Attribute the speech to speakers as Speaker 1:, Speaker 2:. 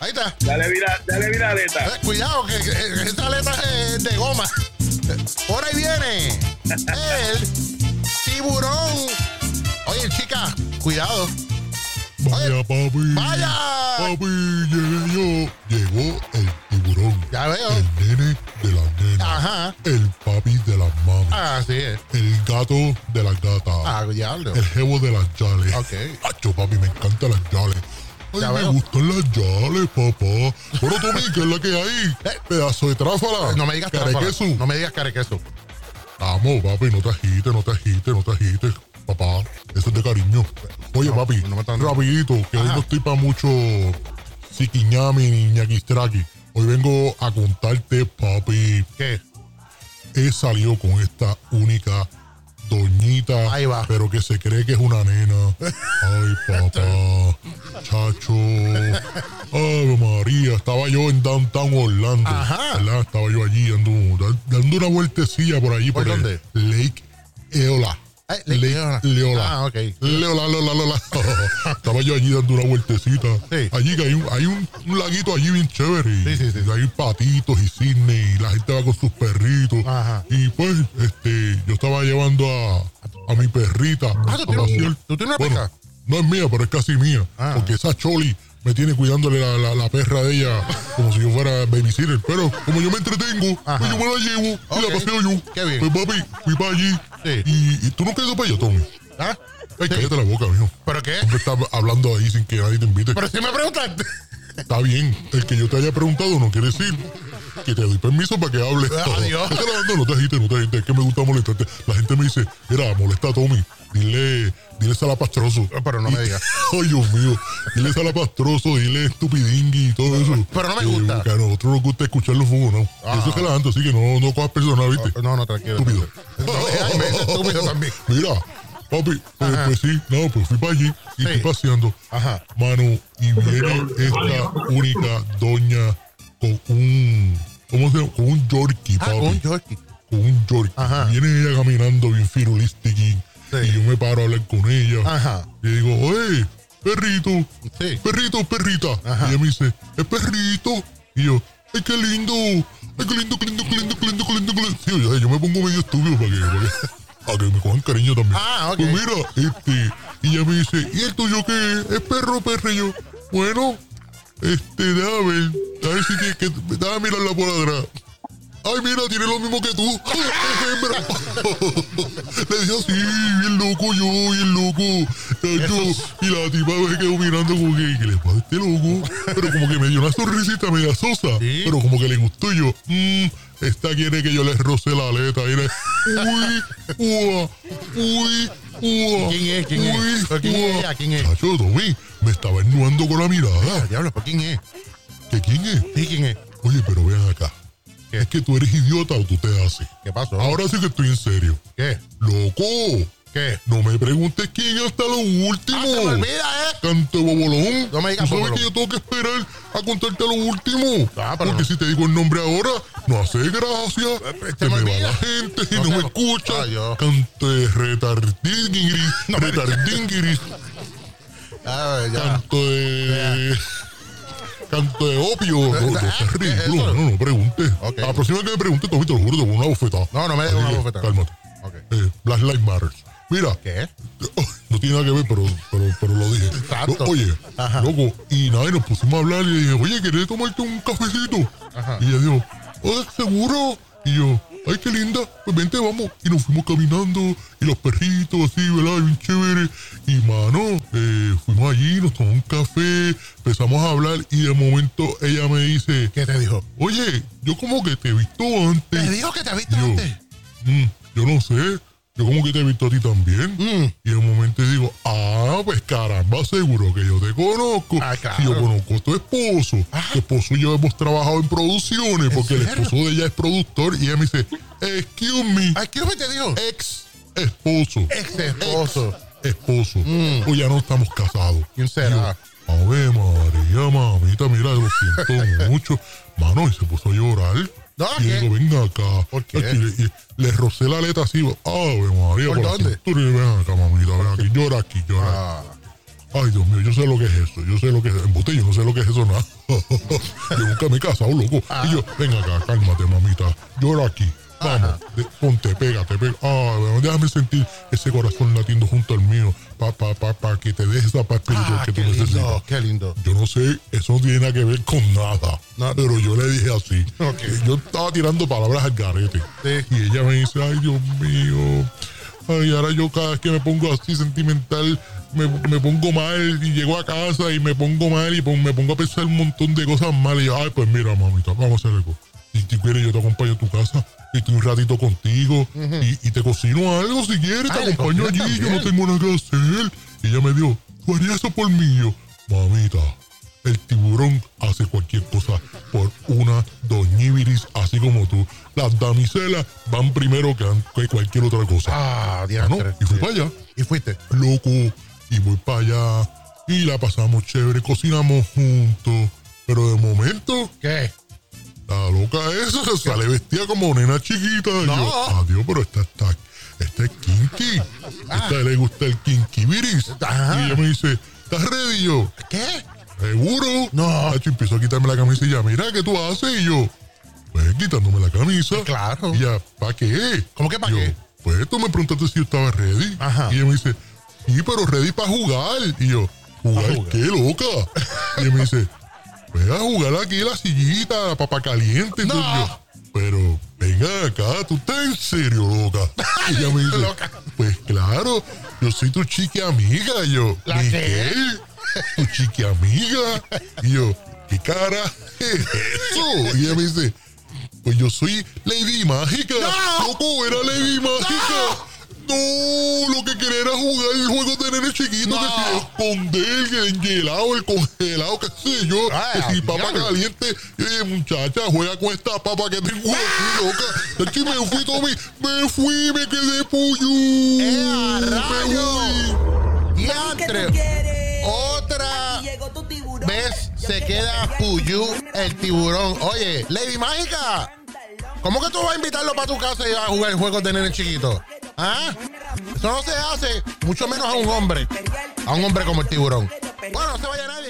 Speaker 1: Ahí está.
Speaker 2: Dale vida, dale vida aleta.
Speaker 1: Eh, Cuidado, que, que esta aleta es de goma. Ahora ahí viene. El tiburón. Oye, chica, cuidado. Oye,
Speaker 3: Vaya, papi.
Speaker 1: vaya.
Speaker 3: Papi, llegué yo. Llegó el tiburón.
Speaker 1: Ya veo.
Speaker 3: El nene de las nenas.
Speaker 1: Ajá.
Speaker 3: El papi de las mamis.
Speaker 1: Así es.
Speaker 3: El gato de las gatas.
Speaker 1: Ah, diablo.
Speaker 3: El jevo de las yales.
Speaker 1: Ok.
Speaker 3: Acho, papi, me encantan las yales. Ay,
Speaker 1: Ya
Speaker 3: me
Speaker 1: veo.
Speaker 3: gustan las yales, papá. Bueno, Tommy, ¿qué es la que hay?
Speaker 1: Eh.
Speaker 3: Pedazo de tráfala.
Speaker 1: No me digas
Speaker 3: Carequesu.
Speaker 1: tráfala. No me digas carequeso.
Speaker 3: Vamos, papi, no te agites, no te agites, no te agites, papá. Eso es de cariño. Oye,
Speaker 1: No,
Speaker 3: papi,
Speaker 1: no me están-
Speaker 3: rapidito, que hoy
Speaker 1: Ajá.
Speaker 3: no estoy para mucho siquiñami ni ñaquistraqui. Hoy vengo a contarte, papi,
Speaker 1: ¿Qué?
Speaker 3: he salido con esta única doñita,
Speaker 1: Ahí va.
Speaker 3: pero que se cree que es una nena. Ay, papá, chacho. Ave María, estaba yo en Downtown Orlando.
Speaker 1: Ajá.
Speaker 3: ¿verdad? Estaba yo allí dando, dando una vueltecilla por allí.
Speaker 1: ¿Por
Speaker 3: el
Speaker 1: dónde?
Speaker 3: Lake Eola.
Speaker 1: Ay, Lake Eola.
Speaker 3: Leola.
Speaker 1: Eh, Ah, ok.
Speaker 3: Leola, Leola, Leola. Estaba yo allí dando una vueltecita.
Speaker 1: Sí.
Speaker 3: Allí que hay un, hay un, un laguito allí bien chévere. y-
Speaker 1: Sí, sí, sí.
Speaker 3: y hay patitos y cisnes y la gente va con sus perritos.
Speaker 1: Ajá.
Speaker 3: Y pues, este, yo estaba llevando a, a mi perrita.
Speaker 1: Ah, ¿tú
Speaker 3: a
Speaker 1: tienes-
Speaker 3: pasear.
Speaker 1: tú tienes una
Speaker 3: Bueno,
Speaker 1: perra?
Speaker 3: No es mía, pero es casi mía.
Speaker 1: Ah.
Speaker 3: Porque esa Choli me tiene cuidándole la, la- la perra de ella como si yo fuera babysitter. Pero como yo me entretengo,
Speaker 1: Ajá.
Speaker 3: pues yo me la llevo y
Speaker 1: Ok.
Speaker 3: la paseo yo.
Speaker 1: Qué bien.
Speaker 3: Pues papi, fui para allí.
Speaker 1: Sí.
Speaker 3: Y, y tú no quedas para allá, Tommy.
Speaker 1: ¿Ah?
Speaker 3: Ay,
Speaker 1: Sí.
Speaker 3: cállate la boca, mijo.
Speaker 1: ¿Pero qué?
Speaker 3: Siempre estás hablando ahí sin que nadie te invite.
Speaker 1: Pero si me preguntaste.
Speaker 3: Está bien, el que yo te haya preguntado no quiere decir que te doy permiso para que hables.
Speaker 1: Adiós.
Speaker 3: No, no, no te agites, no te agites, es que me gusta molestarte. La gente me dice, mira, molesta a Tommy, dile, dile salapastroso.
Speaker 1: Pero no me digas.
Speaker 3: Ay, Dios mío, dile salapastroso, dile estupidingui y todo eso.
Speaker 1: pero no me
Speaker 3: Eh,
Speaker 1: gusta. Ah.
Speaker 3: porque a nosotros nos gusta escuchar los fugos, ¿no? Eso es que la gente, así que no, no cojas personal, ¿viste?
Speaker 1: No, no, tranquilo.
Speaker 3: Estúpido.
Speaker 1: Ay, me dice estúpido también.
Speaker 3: Mira, papi, pues,
Speaker 1: Ajá.
Speaker 3: pues sí, no, pues fui para allí y
Speaker 1: Sí.
Speaker 3: estoy paseando.
Speaker 1: Ajá.
Speaker 3: Mano, y viene esta única doña con un. ¿Cómo se llama? Con un yorkie,
Speaker 1: Ah,
Speaker 3: papi.
Speaker 1: con Yorkie.
Speaker 3: Con un yorkie.
Speaker 1: Ajá.
Speaker 3: Viene ella caminando bien firulística y yo me paro a hablar con ella.
Speaker 1: Ajá.
Speaker 3: Y digo, oye, perrito,
Speaker 1: Sí.
Speaker 3: perrito, perrita.
Speaker 1: Ajá.
Speaker 3: Y ella me dice, es perrito. Y yo, ay, qué lindo, ay, qué lindo, qué lindo, qué lindo, qué lindo, qué lindo. Qué lindo. Sí, yo, yo me pongo medio estúpido para que, para que, para que me cojan cariño también.
Speaker 1: Ah, ok.
Speaker 3: Pues mira, este, y ella me dice, ¿y el tuyo qué es? ¿Es perro, perro? Y yo, bueno, este, déjame ver, a ver si tiene que, déjame mirarla por atrás. Ay, mira, tiene lo mismo que tú. Es hembra. Le dije así, bien loco yo, bien loco. Tacho. Y la tipa me quedó mirando como que, ¿qué le pasa a este loco? Pero como que me dio una sonrisita media sosa.
Speaker 1: Sí.
Speaker 3: Pero como que le gustó y yo, mmm, esta quiere que yo le roce la aleta. Y le, uy, uy, uy, uy.
Speaker 1: ¿Quién es? ¿Quién es? ¿Pero quién es ella? ¿Quién es?
Speaker 3: Chacho, Tommy, me estaba ennuando con la mirada.
Speaker 1: Diablo, ¿por quién es?
Speaker 3: ¿Que quién es?
Speaker 1: Sí, ¿quién es?
Speaker 3: Oye, pero vean acá.
Speaker 1: ¿Qué?
Speaker 3: Es que tú eres idiota o tú te haces.
Speaker 1: ¿Qué pasó?
Speaker 3: Ahora sí que estoy en serio.
Speaker 1: ¿Qué?
Speaker 3: ¡Loco!
Speaker 1: ¿Qué?
Speaker 3: No me preguntes quién hasta lo último.
Speaker 1: ¡Ah, se me olvida, eh!
Speaker 3: Canto de bobolón.
Speaker 1: No me digas
Speaker 3: Tú sabes
Speaker 1: bobolón.
Speaker 3: que yo tengo que esperar a contarte lo último.
Speaker 1: Ah, pero
Speaker 3: Porque
Speaker 1: no.
Speaker 3: si te digo el nombre ahora, no hace gracia.
Speaker 1: eh, se
Speaker 3: Se
Speaker 1: me
Speaker 3: me va
Speaker 1: olvida.
Speaker 3: la gente y
Speaker 1: No
Speaker 3: no,
Speaker 1: sé.
Speaker 3: me escucha.
Speaker 1: Ah, yo.
Speaker 3: Canto de retardinguiris. retardinguiris.
Speaker 1: Ah, ya.
Speaker 3: Canto de. Canto de opio. No, no,
Speaker 1: Ah,
Speaker 3: seas
Speaker 1: ¿qué es
Speaker 3: ridículo.
Speaker 1: eso?
Speaker 3: no, no, pregunte.
Speaker 1: Ok.
Speaker 3: A la próxima que me pregunte, Tommy, te lo juro, te pongo una bofetada.
Speaker 1: No, no me des
Speaker 3: Así
Speaker 1: una
Speaker 3: que,
Speaker 1: bofetada.
Speaker 3: Cálmate.
Speaker 1: Ok.
Speaker 3: Eh, Black Lives Matter. Mira,
Speaker 1: ¿Qué?
Speaker 3: no tiene nada que ver, pero, pero, pero lo dije.
Speaker 1: Exacto.
Speaker 3: Lo- oye,
Speaker 1: Ajá.
Speaker 3: loco, y nada, y nos pusimos a hablar y le dije, oye, ¿querés tomarte un cafecito?
Speaker 1: Ajá.
Speaker 3: Y ella dijo, oye, seguro. Y yo, ay, qué linda, pues vente, vamos. Y nos fuimos caminando, y los perritos así, ¿verdad? Bien chévere. Y mano, eh, fuimos allí, nos tomamos un café, empezamos a hablar, y de momento ella me dice,
Speaker 1: ¿Qué te dijo?
Speaker 3: oye, yo como que te he visto antes.
Speaker 1: ¿Te dijo que te viste
Speaker 3: Yo,
Speaker 1: antes?
Speaker 3: "Mm, yo no sé. Yo como que te he visto a ti también.
Speaker 1: Mm.
Speaker 3: Y en un momento digo, ah, pues caramba, seguro que yo te conozco.
Speaker 1: Ah, claro.
Speaker 3: Si yo conozco a tu esposo. Tu esposo y yo hemos trabajado en producciones porque el
Speaker 1: serio?
Speaker 3: esposo de ella es productor y ella me dice, excuse me,
Speaker 1: Ay, ¿qué me te dijo?
Speaker 3: ex esposo.
Speaker 1: Ex esposo.
Speaker 3: Esposo. O ya no estamos casados.
Speaker 1: Mm. ¿Quién será?
Speaker 3: Yo, A ver, María, mamita, mira, lo siento mucho. Mano, y se puso a llorar.
Speaker 1: No,
Speaker 3: y
Speaker 1: ¿qué?
Speaker 3: digo, venga acá.
Speaker 1: ¿Por qué?
Speaker 3: Y le, y le rocé la aleta así. Ave María,
Speaker 1: ¿Por
Speaker 3: la
Speaker 1: dónde?
Speaker 3: cintura, y ven acá, mamita, ven aquí. Llora aquí, llora.
Speaker 1: Ah,
Speaker 3: Ay, Dios mío, yo sé lo que es eso. Yo sé lo que es En botello, no sé lo que es eso nada. yo nunca me he casado, oh, loco. Y yo, venga acá, cálmate, mamita. Yo era aquí. Vamos, de- ponte, pégate, pégate. Ah, bueno, déjame sentir ese corazón latiendo junto al mío. Pa, pa, pa, pa, que te deje esa paz espiritual
Speaker 1: Ah,
Speaker 3: que tú
Speaker 1: qué lindo,
Speaker 3: necesitas.
Speaker 1: qué lindo.
Speaker 3: Yo no sé, eso no tiene nada que ver con nada.
Speaker 1: No.
Speaker 3: Pero yo le dije así.
Speaker 1: Ok.
Speaker 3: Yo estaba tirando palabras al garete.
Speaker 1: Sí.
Speaker 3: Y ella me dice, ay Dios mío. Ay, ahora yo cada vez que me pongo así sentimental, me, me pongo mal y llego a casa y me pongo mal y pon- me pongo a pensar un montón de cosas malas. Y yo, ay, pues mira, mamita, vamos a hacer algo. Si tú quieres, yo te acompaño a tu casa y estoy un ratito contigo y, y te cocino algo si quieres,
Speaker 1: Ah,
Speaker 3: te
Speaker 1: le
Speaker 3: acompaño allí,
Speaker 1: cocina
Speaker 3: yo no
Speaker 1: también.
Speaker 3: tengo nada que hacer. Y ella me dijo, tú harías eso por mí. Y yo, mamita, el tiburón hace cualquier cosa por una doñibiris, así como tú. Las damiselas van primero que, an- que cualquier otra cosa.
Speaker 1: Ah,
Speaker 3: Ah, ¿no?
Speaker 1: diantre.
Speaker 3: Y fui para allá,
Speaker 1: Y fuiste.
Speaker 3: loco, y voy para allá, y la pasamos chévere, cocinamos juntos. Pero de momento,
Speaker 1: ¿Qué?
Speaker 3: la loca esa se sale vestida como nena chiquita. Y
Speaker 1: No.
Speaker 3: yo, adiós, pero esta está. Esta es kinky. Esta le gusta el kinky viris.
Speaker 1: Ajá.
Speaker 3: Y ella me dice, ¿estás ready? Y yo,
Speaker 1: ¿Qué?
Speaker 3: ¿Seguro?
Speaker 1: No.
Speaker 3: Tacho, empezó a quitarme la camisa y ya, mira, ¿qué tú haces? Y yo, pues quitándome la camisa.
Speaker 1: Claro.
Speaker 3: Y ya, ¿para qué?
Speaker 1: ¿Cómo que pa'
Speaker 3: Yo,
Speaker 1: qué?
Speaker 3: Pues tú me preguntaste si yo estaba ready.
Speaker 1: Ajá.
Speaker 3: Y ella me dice, sí, pero ready para jugar. Y yo, ¿jugar,
Speaker 1: Pa' jugar.
Speaker 3: qué, loca? y ella me dice, voy a jugar aquí la sillita, la papa caliente. Entonces
Speaker 1: No.
Speaker 3: yo, pero venga acá, tú estás en serio, loca. Y ella me dice,
Speaker 1: Loca.
Speaker 3: pues claro, yo soy tu chique amiga. Y yo,
Speaker 1: ¿La qué?
Speaker 3: Miguel, tu chique amiga. Y yo, ¿qué cara es eso? Y ella me dice, pues yo soy Lady Mágica.
Speaker 1: ¡No!
Speaker 3: Loco, era Lady Mágica. No, lo que quería era jugar el juego de nene chiquito,
Speaker 1: No.
Speaker 3: que si esconder, que el helado, el congelado, qué sé yo,
Speaker 1: Ay,
Speaker 3: que si papa
Speaker 1: Ah, diablo.
Speaker 3: caliente, oye muchacha, juega con esta papa que tengo
Speaker 1: ¡Ah!
Speaker 3: aquí, loca. Es que me fui, Tommy, me fui, me quedé pollo.
Speaker 1: ¡Eh, a
Speaker 3: Me
Speaker 1: rayos!
Speaker 3: voy.
Speaker 1: Diantre. Otra vez Oh, se queda Puyú el tiburón. Oye, Lady Mágica, ¿cómo que tú vas a invitarlo para tu casa y vas a jugar juegos de nene chiquito? ¿Ah? Ah. Eso no se hace, mucho menos a un hombre. A un hombre como el tiburón. Bueno, no se vaya nadie.